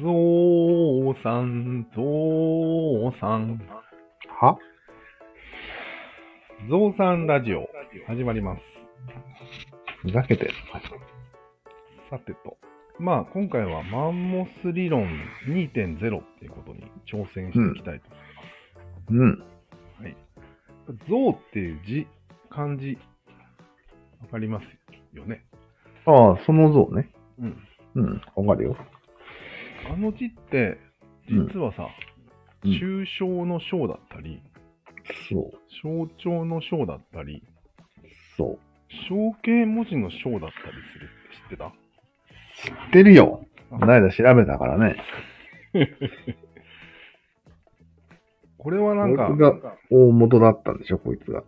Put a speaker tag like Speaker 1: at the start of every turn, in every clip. Speaker 1: ぞうさん、ぞうさん。
Speaker 2: は
Speaker 1: ぞうさんラジオ、始まります。
Speaker 2: ふざけてる。
Speaker 1: さてと。まあ、今回はマンモス理論2.0っていうことに挑戦していきたいと
Speaker 2: うん。
Speaker 1: 思います。ぞうっていう字、漢字、わかりますよね。
Speaker 2: ああ、その像ね。
Speaker 1: うん。
Speaker 2: うん。わかるよ。
Speaker 1: あの字って、実はさ、
Speaker 2: うんうん
Speaker 1: 抽象の章だったり、
Speaker 2: そ
Speaker 1: 象
Speaker 2: う。
Speaker 1: 徴の章だったり、
Speaker 2: そう。
Speaker 1: 象形文字の章だったりするって知ってた
Speaker 2: 知ってるよ。この間調べたからね。
Speaker 1: これはなんか、
Speaker 2: 僕が大元だったんでしょ、こいつが。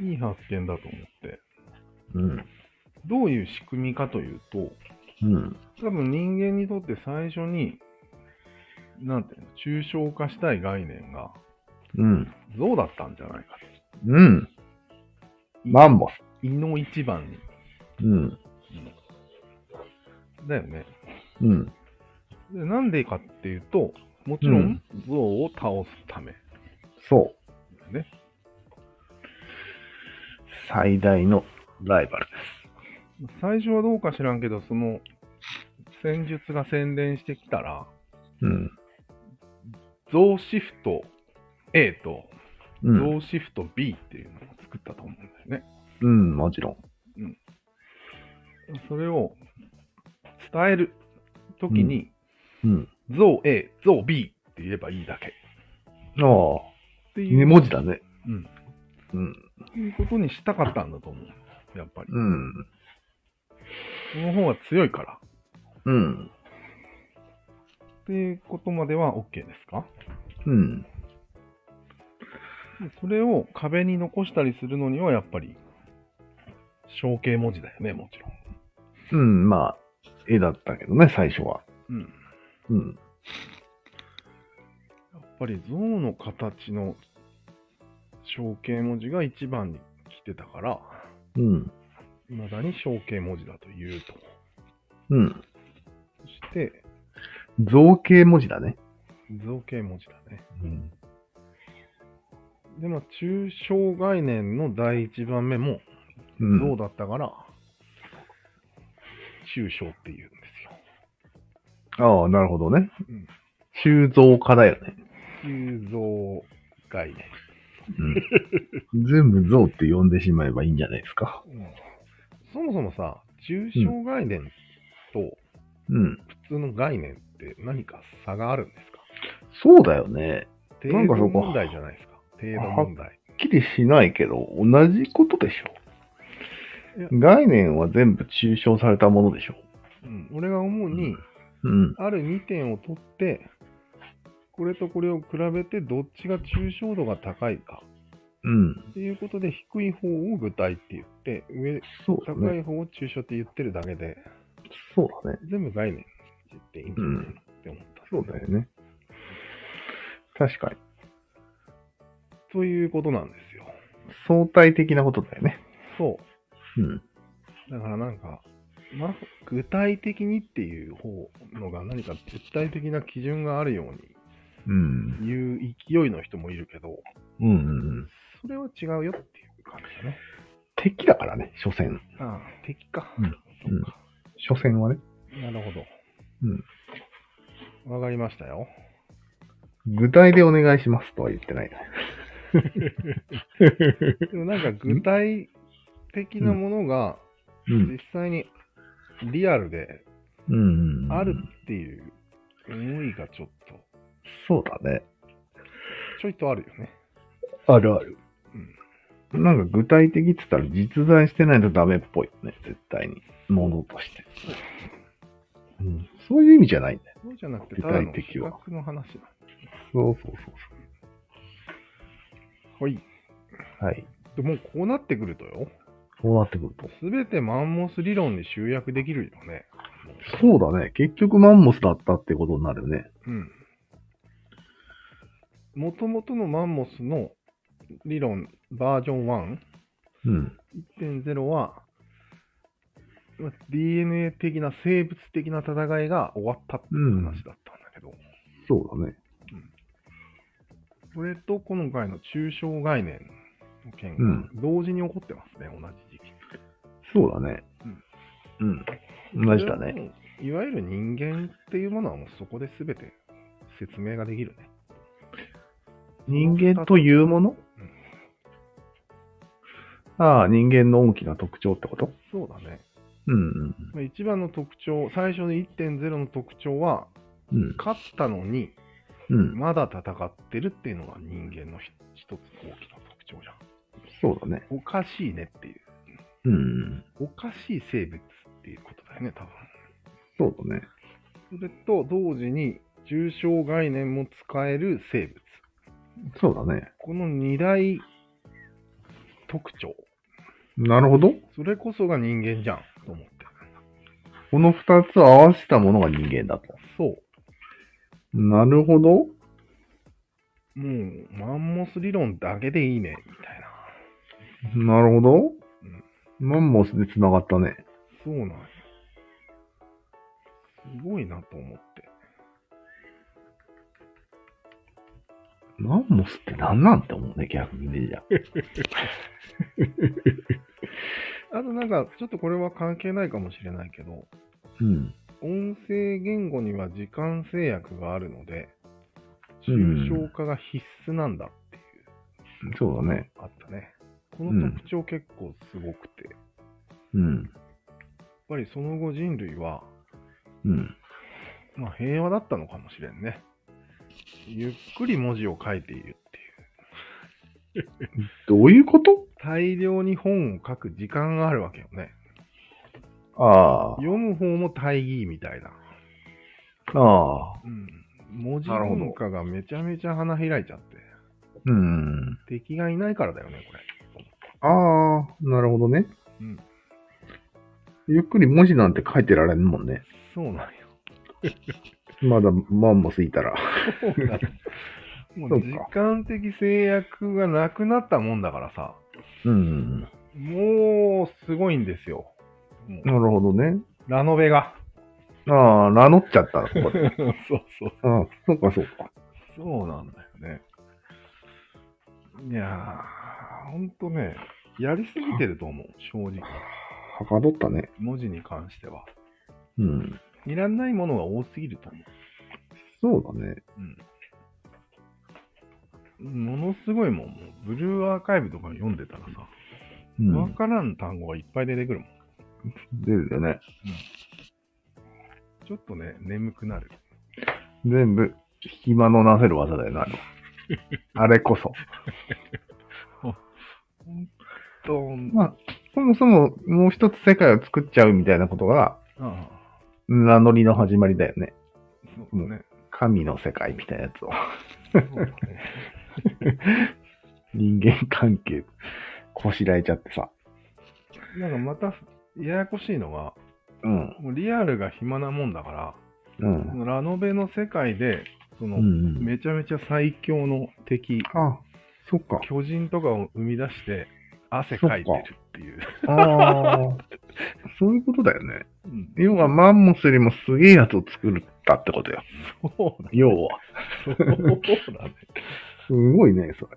Speaker 1: いい発見だと思って。
Speaker 2: うん。
Speaker 1: どういう仕組みかというと、
Speaker 2: うん。
Speaker 1: 多分人間にとって最初に、なんていうの、抽象化したい概念が、
Speaker 2: うん。
Speaker 1: 象だったんじゃないか
Speaker 2: うん。マンモス。
Speaker 1: と。胃の一番に。
Speaker 2: うん。
Speaker 1: だよね。
Speaker 2: うん。
Speaker 1: でなんでかっていうと、もちろ
Speaker 2: うんん、
Speaker 1: 象を倒すため。
Speaker 2: そう。
Speaker 1: ね。
Speaker 2: 最大のライバル
Speaker 1: 最初はどうか知らんけど、その、戦術が宣伝してきたら、
Speaker 2: うん。
Speaker 1: 象シフト A と
Speaker 2: う
Speaker 1: 象
Speaker 2: ん。
Speaker 1: シフト B っていうのを作ったと思うんだよね。
Speaker 2: うん、もちろん。
Speaker 1: それを伝えるときに、
Speaker 2: うん。
Speaker 1: 象 A、象 B って言えばいいだけっ
Speaker 2: ああ、
Speaker 1: ていう
Speaker 2: 2文字だね。
Speaker 1: うん
Speaker 2: うん。
Speaker 1: いうことにしたかったんだと思う。やっぱり。
Speaker 2: うん。
Speaker 1: その方が強いから。
Speaker 2: うん。
Speaker 1: っていうことまでは OK ですか
Speaker 2: うん。
Speaker 1: それを壁に残したりするのにはやっぱり象形文字だよね、もちろん。
Speaker 2: うん、まあ、絵だったけどね、最初は。
Speaker 1: うん。
Speaker 2: うん。
Speaker 1: やっぱり象の形の象形文字が一番に来てたから、
Speaker 2: うん。
Speaker 1: 未だに象形文字だと言うと。
Speaker 2: うん。
Speaker 1: そして、
Speaker 2: 造形文字だね。
Speaker 1: 造形文字だね。
Speaker 2: うん。
Speaker 1: で、まあ、抽象概念の第一番目も
Speaker 2: うん
Speaker 1: 象だったから、抽象って言うんですよ。
Speaker 2: ああ、なるほどね
Speaker 1: うん。
Speaker 2: 収蔵化だよね。
Speaker 1: 抽象概念。
Speaker 2: うん。全部像って呼んでしまえばいいんじゃないですか。
Speaker 1: そもそもさ、抽象概念と
Speaker 2: うん。
Speaker 1: 普通の概念って何か差があるんですか
Speaker 2: そうだよね。な
Speaker 1: 程
Speaker 2: んか
Speaker 1: 度
Speaker 2: そこ
Speaker 1: 問題じゃないですか。程度問題。
Speaker 2: はっきりしないけど、同じことでし
Speaker 1: いや
Speaker 2: ょ。概念は全部抽象されたものでしょ。
Speaker 1: うん、俺が思うに、
Speaker 2: うん。
Speaker 1: ある2点を取って、これとこれを比べてどっちが抽象度が高いか
Speaker 2: うん。
Speaker 1: っていうことで低い方を具体って言って、上、
Speaker 2: そうだ
Speaker 1: 高
Speaker 2: ね。
Speaker 1: い方を抽象って言ってるだけで、
Speaker 2: そうだね。
Speaker 1: 全部概念って言っていいんじゃないのって思った。
Speaker 2: そうだよね。確かに。
Speaker 1: ということなんですよ。
Speaker 2: 相対的なことだよね。
Speaker 1: そう。
Speaker 2: うん。
Speaker 1: だからなんか、まあ、具体的にっていう方のが何か絶対的な基準があるよう
Speaker 2: うん。
Speaker 1: に言う勢いの人もいるけど、
Speaker 2: うんうんうん。
Speaker 1: それは違うよっていう感じだね。
Speaker 2: 敵だからね、所詮。
Speaker 1: ああ、敵か。
Speaker 2: うん
Speaker 1: そっか。
Speaker 2: 所詮はね。
Speaker 1: なるほど。
Speaker 2: うん。
Speaker 1: わかりましたよ。
Speaker 2: 具体でお願いしますとは言ってないね。
Speaker 1: でもなんか具体的なものが
Speaker 2: うん。
Speaker 1: 実際にリアルで
Speaker 2: うん、うん。
Speaker 1: あるっていう思いがちょっと、
Speaker 2: そうだね。
Speaker 1: ちょいとあるよね。
Speaker 2: あるある。なんか具体的って言ったら実在してないとダメっぽいよね、絶対に。ものとして。うん、そういう意味じゃないんだよ。
Speaker 1: そうじゃなくて、ただの
Speaker 2: 具
Speaker 1: 比
Speaker 2: 体的は
Speaker 1: 較の話だ。
Speaker 2: そうそうそう
Speaker 1: ほい。
Speaker 2: そう。はい。
Speaker 1: でもうこうなってくるとよ。
Speaker 2: そうなってくると。
Speaker 1: すべてマンモス理論に集約できるよね。
Speaker 2: そうだね。結局マンモスだったってことになるよね。
Speaker 1: うん。もともとのマンモスの理論バージョン
Speaker 2: うん。
Speaker 1: 1.0は、まあ DNA 的な生物的な戦いが終わったっていう話だったんだけど、
Speaker 2: そうだね。
Speaker 1: それと今回の抽象概念の件
Speaker 2: う
Speaker 1: が
Speaker 2: ん
Speaker 1: 同時に起こってますね、同じ時期。
Speaker 2: そうだね。うん。同じだ
Speaker 1: そ
Speaker 2: ね。
Speaker 1: れはもう。いわゆる人間っていうものはもうそこで全て説明ができるね。
Speaker 2: 人間というものああ、人間の大きな特徴ってこと
Speaker 1: そうだね。
Speaker 2: うん。
Speaker 1: まあ一番の特徴、最初の1.0の特徴は、
Speaker 2: うん。
Speaker 1: 勝ったのに
Speaker 2: うん。
Speaker 1: まだ戦ってるっていうのが人間のひ一つの大きな特徴じゃん。
Speaker 2: そうだね。
Speaker 1: おかしいねっていう。
Speaker 2: うん。
Speaker 1: おかしい生物っていうことだよね、多分。
Speaker 2: そうだね。
Speaker 1: それと同時に重症概念も使える生物。
Speaker 2: そうだね。
Speaker 1: この二大特徴。
Speaker 2: なるほど。
Speaker 1: それこそが人間じゃんと思って。
Speaker 2: この二つを合わせたものが人間だと。
Speaker 1: そ
Speaker 2: なるほど。
Speaker 1: う。もうマンモス理論だけでいいね、みたいな。
Speaker 2: なるほど。マンモスで繋がったね。
Speaker 1: そうなんよ。すごいなと思って。
Speaker 2: マンモスって何なんて思うね、逆にね、じゃあ。
Speaker 1: あとなんか、ちょっとこれは関係ないかもしれないけど、
Speaker 2: うん。
Speaker 1: 音声言語には時間制約があるので、
Speaker 2: うん
Speaker 1: 抽象化が必須なんだっていう、
Speaker 2: そうだね。
Speaker 1: あったね。この特徴結構すごくて、やっ
Speaker 2: うん。
Speaker 1: ぱりその後人類は、
Speaker 2: うん。
Speaker 1: まあ平和だったのかもしれんね。ゆっくり文字を書いているっていう。
Speaker 2: どういうこと
Speaker 1: 大量に本を書く時間があるわけよね。
Speaker 2: あ
Speaker 1: 読む方も大義みたいな。
Speaker 2: あ。ああ。
Speaker 1: うん。文字
Speaker 2: なるほど
Speaker 1: 文化がめちゃめちゃ花開いちゃって。
Speaker 2: うん。
Speaker 1: 敵がいないからだよね、これ。
Speaker 2: ああ、なるほどね。
Speaker 1: うん。
Speaker 2: ゆっくり文字なんて書いてられんもんね。
Speaker 1: そうなんよ。
Speaker 2: まだマンモスいたら。
Speaker 1: そうなのもう
Speaker 2: そ
Speaker 1: 時
Speaker 2: うか
Speaker 1: 間的制約がなくなったもんだからさ、
Speaker 2: うん。
Speaker 1: もうすごいんですよ。もう
Speaker 2: なるほどね。
Speaker 1: ラノベが。
Speaker 2: ああ、名乗っちゃ ったら、ここで。
Speaker 1: そうそう。
Speaker 2: ああ、そうかそうか。
Speaker 1: そうなんだよね。いやー、ほんとね、やりすぎてると思う、正直。
Speaker 2: はかどったね。
Speaker 1: 文字に関しては。
Speaker 2: うん。
Speaker 1: いらないものが多すぎると思う。
Speaker 2: そうだね。
Speaker 1: うん。ものすごいもん、もうブルーアーカイブとか読んでたらさ、
Speaker 2: う
Speaker 1: わ
Speaker 2: ん。
Speaker 1: からん単語がいっぱい出てくるもん。
Speaker 2: 出るよね。
Speaker 1: ちょっとね、眠くなる。
Speaker 2: 全部、暇のなせる技だよな、あれは あれこそ。
Speaker 1: と、
Speaker 2: まあ、そもそももう一つ世界を作っちゃうみたいなことが、
Speaker 1: ああ、
Speaker 2: 名乗りの始まりだよね。
Speaker 1: そうだね。
Speaker 2: 神の世界みたいなやつを。
Speaker 1: そうだね
Speaker 2: 人間関係、こしらえちゃってさ。
Speaker 1: なんかまた、ややこしいのが、
Speaker 2: うん。
Speaker 1: もうリアルが暇なもんだから、
Speaker 2: うん。
Speaker 1: ラノベの世界で、その、
Speaker 2: うんうん。
Speaker 1: めちゃめちゃ最強の敵、
Speaker 2: あ、そっか。
Speaker 1: 巨人とかを生み出して、汗かいてるっていう。
Speaker 2: ああ。そういうことだよね。
Speaker 1: うん
Speaker 2: 要は、マンモスよりもすげえやつを作ったってことよ。
Speaker 1: そうだ、
Speaker 2: 要は。
Speaker 1: そうだね。
Speaker 2: すごいね、それ。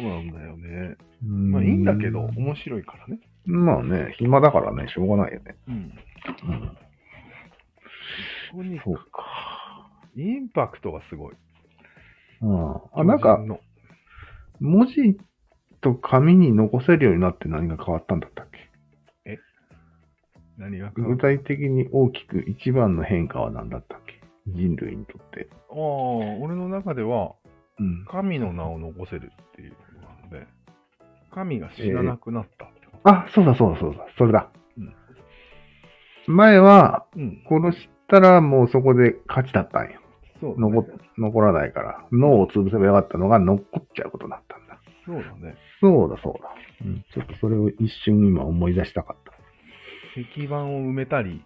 Speaker 1: そうなんだよね。
Speaker 2: ま
Speaker 1: まあいいんだけど、面白いからね。
Speaker 2: まあね、暇だからね、しょうがないよね。
Speaker 1: うん。
Speaker 2: うん。
Speaker 1: とにか
Speaker 2: そう
Speaker 1: く、インパクトがすごい。
Speaker 2: あ、なん
Speaker 1: 巨
Speaker 2: か
Speaker 1: 人、の
Speaker 2: 文字と紙に残せるようになって何が変わったんだったっけ
Speaker 1: 何が変わ
Speaker 2: 具
Speaker 1: る
Speaker 2: 体的に大きく一番の変化は何だったっけ人類にとって。
Speaker 1: ああ、俺の中では、
Speaker 2: うん。
Speaker 1: 神の名を残せるっていうことなので、神が死ななくなったってこと。
Speaker 2: あ、そうだそうだそうだ、それだ。
Speaker 1: うん
Speaker 2: 前は、
Speaker 1: うん。
Speaker 2: 殺したらもうそこで勝ちだったんよ。
Speaker 1: そうだ
Speaker 2: 残
Speaker 1: ね
Speaker 2: っ。残らないから。脳を潰せばよかったのが残っちゃうことになったんだ。
Speaker 1: そうだね。
Speaker 2: そうだそうだ。うん、ちょっとそれを一瞬今思い出したかった。
Speaker 1: 石板を埋めたり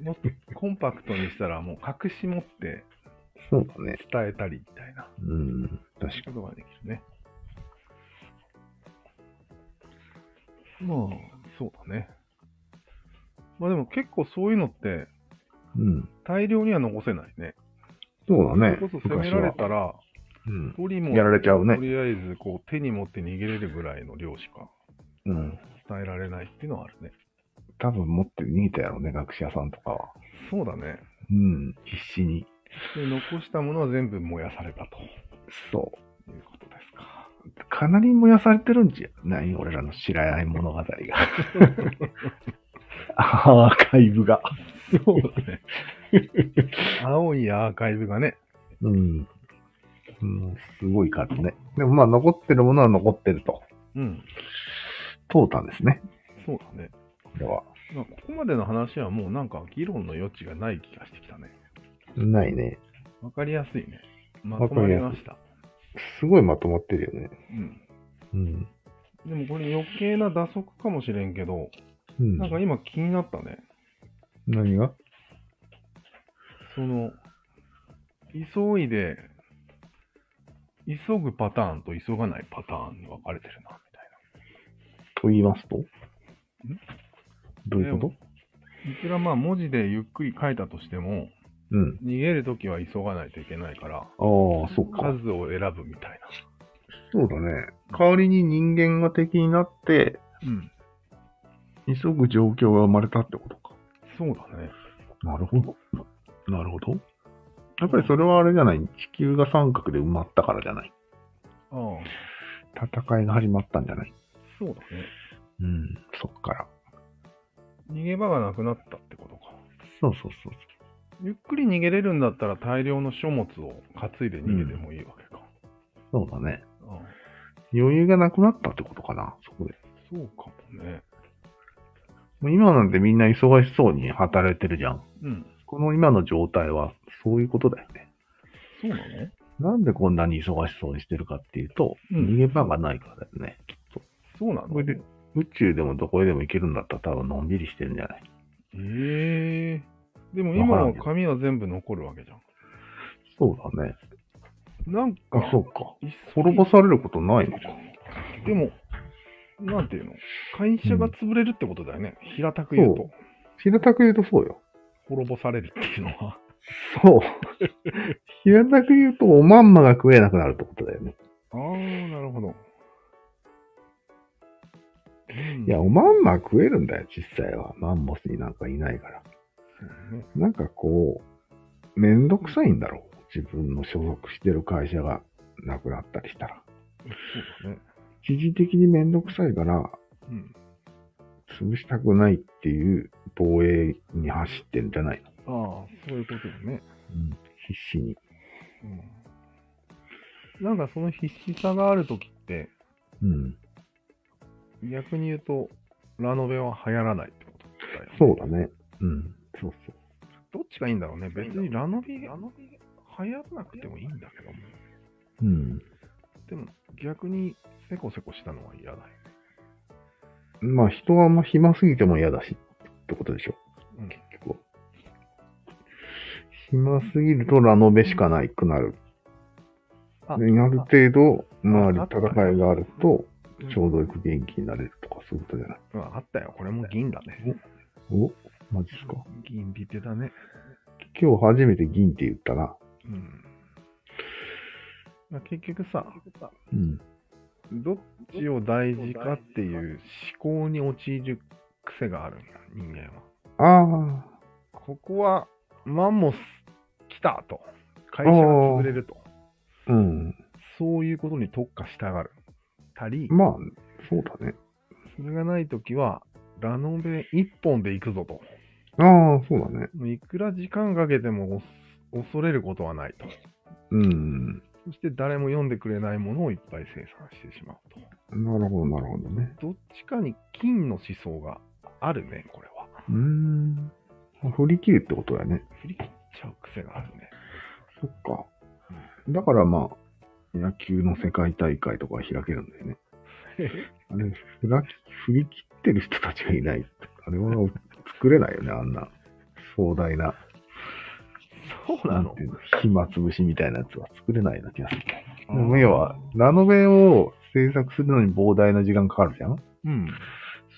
Speaker 2: うん、
Speaker 1: もっとコンパクトにしたら、もう隠し持って
Speaker 2: そうだね。
Speaker 1: 伝えたりみたいな
Speaker 2: うん、確か
Speaker 1: ことができるね。まあ、そうだね。まあでも結構そういうのって
Speaker 2: うん。
Speaker 1: 大量には残せないね。
Speaker 2: そうだね
Speaker 1: それこ。そ攻め
Speaker 2: 昔
Speaker 1: られ
Speaker 2: は。
Speaker 1: たら、
Speaker 2: うん。
Speaker 1: 鳥も
Speaker 2: やられちゃう
Speaker 1: と
Speaker 2: ね。
Speaker 1: りあえずこう手に持って逃げれるぐらいの量しか
Speaker 2: うん。
Speaker 1: 伝えられないっていうのはあるね。
Speaker 2: 多分持って逃げたやろね、学者さんとかは。
Speaker 1: そうだね。
Speaker 2: うん。必死に。
Speaker 1: で残したものは全部燃やされたと
Speaker 2: そ
Speaker 1: いうことですか。
Speaker 2: う。かなり燃やされてるんじゃない俺らの知らない物語 が。アーカイブが。
Speaker 1: そうだね。青いアーカイブがね、
Speaker 2: うん。うん、すごい数ね。でもまあ残ってるものは残ってると。
Speaker 1: うん、
Speaker 2: 通ったんですね。
Speaker 1: そうだね。
Speaker 2: これは。
Speaker 1: まあ、ここまでの話はもうなんか議論の余地がない気がしてきたね。
Speaker 2: ないね。
Speaker 1: わかりやすいね。まとまりました。
Speaker 2: すごいまとまってるよね。
Speaker 1: うん。
Speaker 2: うん。
Speaker 1: でもこれ余計な打足かもしれんけど、
Speaker 2: うん、
Speaker 1: なんか今気になったね。
Speaker 2: 何が
Speaker 1: その、急いで、急ぐパターンと急がないパターンに分かれてるな、みたい
Speaker 2: と言いますとどういうこと
Speaker 1: な。いくらまあ文字でゆっくり書いたとしても、
Speaker 2: うん。
Speaker 1: 逃げるときは急がないといけないから、
Speaker 2: ああ、そうか。
Speaker 1: 数を選ぶみたい
Speaker 2: そうだね。代わりに人間が敵になって、
Speaker 1: な。うん。
Speaker 2: 急ぐ状況が生まれたってことか。
Speaker 1: そうだね。
Speaker 2: なるほど。なるほど。やっぱりそれはあれじゃない。地球が三角で埋まったからじゃない。
Speaker 1: ああ、
Speaker 2: 戦いが始まったんじゃない。
Speaker 1: そうだね。
Speaker 2: うん。そっから。
Speaker 1: 逃げ場がなくなったってことか。
Speaker 2: そうそうそう
Speaker 1: ゆっくり逃げれるんだったら大量の書物を担いで逃げてもいいわけか。
Speaker 2: そう。そうだね。
Speaker 1: ああ
Speaker 2: 余裕がなくなったってことかな。そこで。
Speaker 1: そうかもね。
Speaker 2: もう今なんてみんな忙しそうに働いてるじゃん。
Speaker 1: うん。
Speaker 2: この今の状態はそういうことだよね。
Speaker 1: そうなの
Speaker 2: なんでこんなに忙しそうにしてるかっていうと、
Speaker 1: うん
Speaker 2: 逃げ場がないからだよね。
Speaker 1: そうなの
Speaker 2: これで宇宙でもどこへでも行けるんだったら多分のんびりしてるんじゃない
Speaker 1: ええでも今は
Speaker 2: わからんけど
Speaker 1: 紙は全部残るわけじゃん。
Speaker 2: そうだね。
Speaker 1: なんか、
Speaker 2: あ、そうか。
Speaker 1: いっそ
Speaker 2: 滅ぼされることないのか。
Speaker 1: でも、なんていうの会社が潰れるってことだよね。平たく言う
Speaker 2: そ
Speaker 1: と
Speaker 2: う。平たく言うとそうよ。
Speaker 1: 滅ぼされるっていうのは。
Speaker 2: そう。 平たく言うとおまんまが食えなくなるってことだよね。
Speaker 1: ああ、なるほど。うん
Speaker 2: いや、おまんま食えるんだよ、実際は。マンモスになんかいないから。
Speaker 1: そうね
Speaker 2: なんかこう、めんどくさいんだろう。自分の所属してる会社がなくなったりしたら。
Speaker 1: そうだね。
Speaker 2: 一時的にめんどくさいから、
Speaker 1: うん。
Speaker 2: 潰したくないっていう防衛に走ってんじゃない
Speaker 1: あ
Speaker 2: の、
Speaker 1: あ、そういうことだね。
Speaker 2: 必死に。
Speaker 1: うん。なんかその必死さがあるときって、
Speaker 2: うん。
Speaker 1: 逆に言うと、ラノベは流行らないってことだよね
Speaker 2: そうだね。うん。そうそう。
Speaker 1: どっちがいいんだろうね。別にラノビ、ラノビ流行らなくてもいいんだけども。
Speaker 2: うん。
Speaker 1: でも逆にせこせこしたのは嫌だよね。
Speaker 2: まあ人はあんま暇すぎても嫌だし、ってことでしょ。
Speaker 1: うん
Speaker 2: 結局。暇すぎるとラノベしかないくなる。
Speaker 1: あ
Speaker 2: である程度、周り
Speaker 1: あ
Speaker 2: 戦いがあると、
Speaker 1: うん
Speaker 2: ちょうどよく元気になれるとか、そういうことじゃない。
Speaker 1: うんあったよ。これも銀だね。
Speaker 2: おマジっすか。
Speaker 1: 銀ビテだね。
Speaker 2: 今日初めて銀って言ったな。
Speaker 1: うん。まあ、結局さ、
Speaker 2: うん。
Speaker 1: どっちを大事かっていう思考に陥る癖があるんだ、人間は。
Speaker 2: ああ、
Speaker 1: ここはマンモス来たと。会社が潰れると。
Speaker 2: うん。
Speaker 1: そういうことに特化したがる。たり、
Speaker 2: まあ、そうだね。
Speaker 1: それがないときは、ラノベ一本で行くぞと。
Speaker 2: ああ、そうだね。
Speaker 1: もういくら時間かけてもお恐れることはないと。
Speaker 2: うん。
Speaker 1: そして誰も読んでくれないものをいっぱい生産してしまう
Speaker 2: なるほど、なるほどね。
Speaker 1: と。どっちかに金の思想があるね、これは。
Speaker 2: うーん。振り切るってことだよね。
Speaker 1: 振り切っちゃう癖があるね。
Speaker 2: そっか。だからまあ、野球の世界大会とか開けるんだよね。あれ、振ら振り切ってる人たちがいない。あれは作れないよね、あんな壮大な。
Speaker 1: そうなの
Speaker 2: んていう暇つぶしみたいなやつは作れないような気がする。でも
Speaker 1: 目
Speaker 2: 要は、ラノベを制作するのに膨大な時間かかるじゃん
Speaker 1: うん。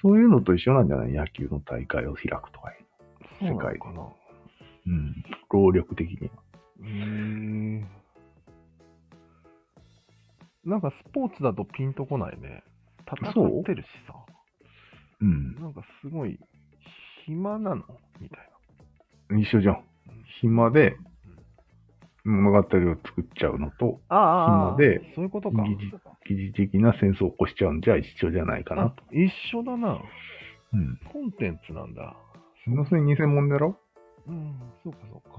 Speaker 2: そういうのと一緒なんじゃない野球の大会を開くとかい
Speaker 1: そ
Speaker 2: う。
Speaker 1: うなの
Speaker 2: 世界
Speaker 1: かな。
Speaker 2: うん。労力的には。
Speaker 1: うーん。なんかスポーツだとピンとこないね。戦
Speaker 2: そう
Speaker 1: ってるしさ。
Speaker 2: うん。
Speaker 1: なんかすごい、暇なのみたい
Speaker 2: 一緒じゃん。暇で物語を作っちゃうのと、
Speaker 1: な。ああ、
Speaker 2: 暇で
Speaker 1: そういうことか。
Speaker 2: 疑似疑似的な戦争を起こしちゃうんじゃ一緒じゃないかな
Speaker 1: あ。一緒だな。
Speaker 2: うん。
Speaker 1: コンテンツなんだ。
Speaker 2: 要するに偽物だろ
Speaker 1: うん、そうかそうか。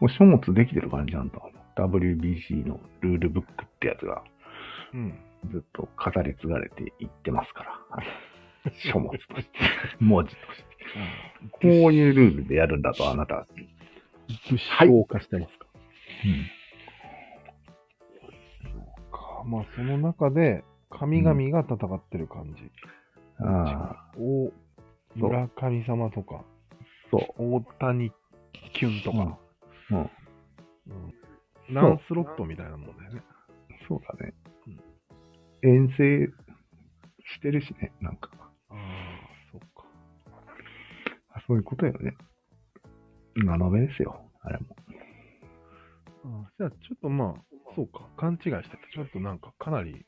Speaker 2: もう書物できてる感じなんだ。WBC のルールブックってやつが
Speaker 1: うん。
Speaker 2: ずっと語り継がれていってますから。 書物として、 文字として。こういうルールでやるんだとあなたは。
Speaker 1: 物証化してますか。かまあ、その中で、神々が戦ってる感じ。
Speaker 2: うん。ああ、
Speaker 1: お
Speaker 2: そう
Speaker 1: 村神様とか、
Speaker 2: そ
Speaker 1: 大谷キュンとか、
Speaker 2: う。うん。
Speaker 1: うんランスロットみたいなもんだよね。
Speaker 2: そうだね。遠征してるしね、なんか。
Speaker 1: ああ、そっか。
Speaker 2: そういうことよね。斜めですよ、あれも。
Speaker 1: あじゃあ、ちょっとまあ、そうか、勘違いしてた。ちょっとなんか、かなり、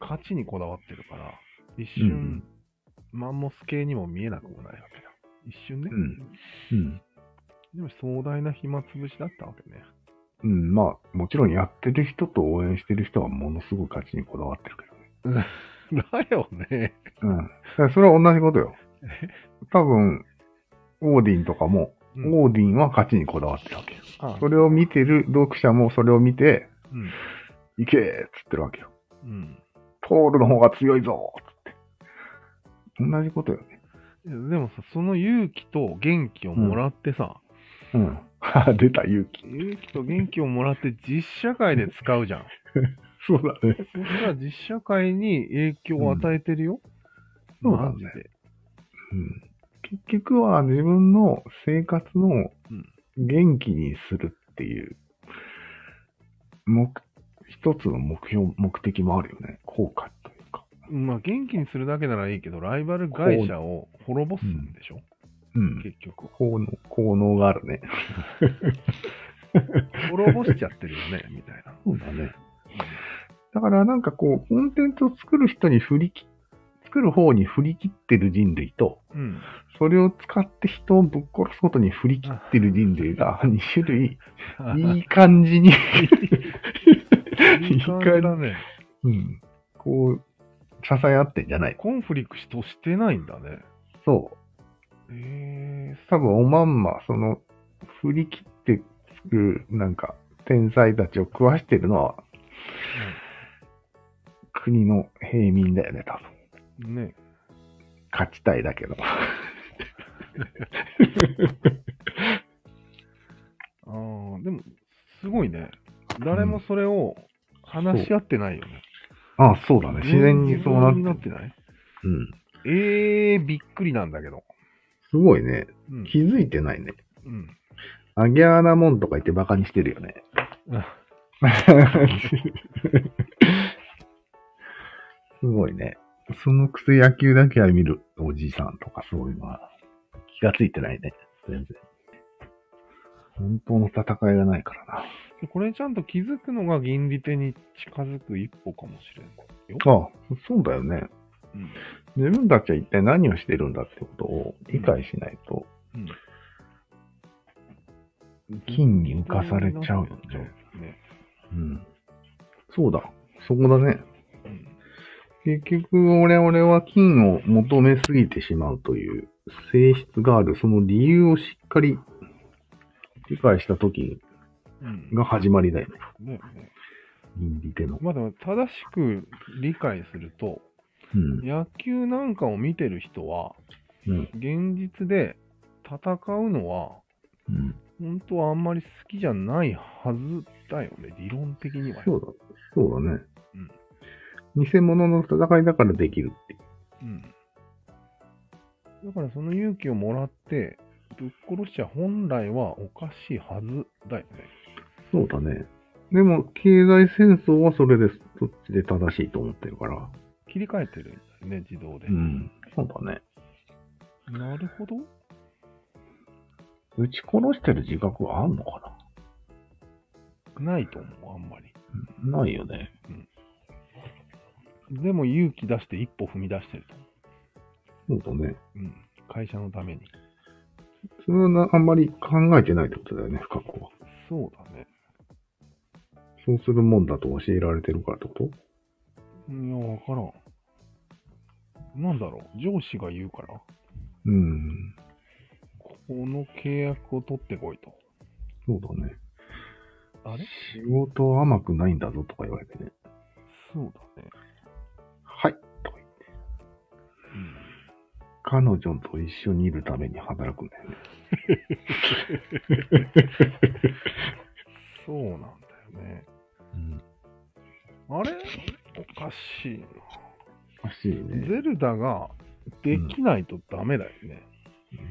Speaker 1: 勝ちにこだわってるから、一瞬、
Speaker 2: うん
Speaker 1: マンモス系にも見えなくもないわけだ。一瞬ね。
Speaker 2: うんうん。
Speaker 1: でも壮大な暇つぶしだったわけね。
Speaker 2: うん、まあ、もちろんやってる人と応援してる人はものすごい勝ちにこだわってるけどね。
Speaker 1: だよね。
Speaker 2: うん。だからそれは同じこ とよ。多分、オーディンとかも、
Speaker 1: うん
Speaker 2: オーディンは勝ちにこだわってるわけよ。
Speaker 1: あ
Speaker 2: それを見てる読者もそれを見て、
Speaker 1: うん。
Speaker 2: 行けーっつってるわけよ。
Speaker 1: うん
Speaker 2: トールの方が強いぞーっつって。同じことよね。
Speaker 1: いやでもさ、その勇気と元気をもらってさ、
Speaker 2: うん。 あ出た勇気。
Speaker 1: 勇気と元気をもらって実社会で使うじゃん。
Speaker 2: そうだね。
Speaker 1: そしたら実社会に影響を与えてるよ。
Speaker 2: うん
Speaker 1: マジで。
Speaker 2: うん結局は自分の生活の
Speaker 1: うん
Speaker 2: 元気にするっていう、目、一つの目標、目的もあるよね。効果というか。
Speaker 1: まあ元気にするだけならいいけど、ライバル会社を滅ぼすんでしょ、
Speaker 2: うん。
Speaker 1: 結局。
Speaker 2: 効能、効能があるね。
Speaker 1: 滅ぼしちゃってるよね、 みたいな。
Speaker 2: そうだね。だからなんかこう、コンテンツを作る人に振りき、作る方に振り切ってる人類と、
Speaker 1: うん。
Speaker 2: それを使って人をぶっ殺すことに振り切ってる人類が2種類、いい感じに、
Speaker 1: いい感じだね。
Speaker 2: うん、こう、支え合ってんじゃない。
Speaker 1: コンフリクトしてないんだね。
Speaker 2: そう。
Speaker 1: え
Speaker 2: 多分おまんま、その、振り切って作る、なんか、天才たちを食わしてるのは、国の平民だよね、多分。
Speaker 1: ー、ね
Speaker 2: 勝ちたいだけど。
Speaker 1: あーでも、すごいね。誰もそれを話し合ってないよね。
Speaker 2: ああ、そうだね。自然にそうなっ
Speaker 1: 自然
Speaker 2: て
Speaker 1: になっ
Speaker 2: る。
Speaker 1: てない
Speaker 2: うん。
Speaker 1: えー、びっくりなんだけど。
Speaker 2: すごいね。
Speaker 1: うん。
Speaker 2: 気づいてないね。
Speaker 1: うん、
Speaker 2: あげあなもんとか言ってバカにしてるよね。 すごいね。そのくせ野球だけは見るおじいさんとかそういうのは気がついてないね。全然。本当の戦いがないからな。
Speaker 1: これちゃんと気づくのが銀利手に近づく一歩かもしれん。
Speaker 2: ああ、そうだよね。
Speaker 1: うん
Speaker 2: 自分たちは一体何をしてるんだってことを理解しないと、
Speaker 1: うん
Speaker 2: 金に浮かされちゃうよね。
Speaker 1: ね。
Speaker 2: うん。そうだ。そこだね。
Speaker 1: うん
Speaker 2: 結局、我々は金を求めすぎてしまうという性質がある、その理由をしっかり理解した時
Speaker 1: うん
Speaker 2: が始まりだよね。
Speaker 1: ねね
Speaker 2: 倫理手の。
Speaker 1: まあでも正しく理解すると、
Speaker 2: うん。
Speaker 1: 野球なんかを見てる人は、
Speaker 2: うん。
Speaker 1: 現実で戦うのは、
Speaker 2: うん。
Speaker 1: 本当はあんまり好きじゃないはずだよね、理論的には。
Speaker 2: そうだ。そうだね。偽物の戦いだからできるっていう。
Speaker 1: うん。だからその勇気をもらって、ぶっ殺しちゃ本来はおかしいはずだよね。
Speaker 2: そうだね。でも、経済戦争はそれです。そっちで正しいと思ってるから。
Speaker 1: 切り替えてるんだよですね、自動で。
Speaker 2: うん。そうだね。
Speaker 1: なるほど。
Speaker 2: 撃ち殺してる自覚はあんのか
Speaker 1: ないと思う、あんまり。
Speaker 2: なないよね。
Speaker 1: でも勇気出して一歩踏み出してると。
Speaker 2: そうだね。
Speaker 1: うん。会社のために。
Speaker 2: それはなあんまり考えてないってことだよね、過去は。
Speaker 1: そうだね。
Speaker 2: そうするもんだと教えられてるからってこと
Speaker 1: いや、わからん。なんだろう、上司が言うから、
Speaker 2: うん。
Speaker 1: この契約を取ってこいと。
Speaker 2: そうだね。
Speaker 1: あれ
Speaker 2: 仕事は甘くないんだぞとか言われてね。
Speaker 1: そうだね。
Speaker 2: はい。とか言って。彼女と一緒にいるために働くんだよね。
Speaker 1: そうなんだよね。
Speaker 2: うん。
Speaker 1: あれおかしい
Speaker 2: おかしい
Speaker 1: な。
Speaker 2: ね。
Speaker 1: ゼルダができないとダメだよね。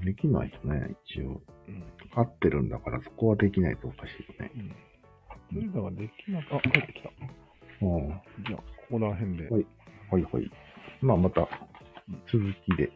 Speaker 2: できないとね、一応。
Speaker 1: うん。
Speaker 2: 飼ってるんだからそこはできないとおかしいよね。
Speaker 1: うんゼルダができなかった。あ、帰ってきた。
Speaker 2: は
Speaker 1: じゃあ、ここら辺で。
Speaker 2: はいはい。まあまた、続きで。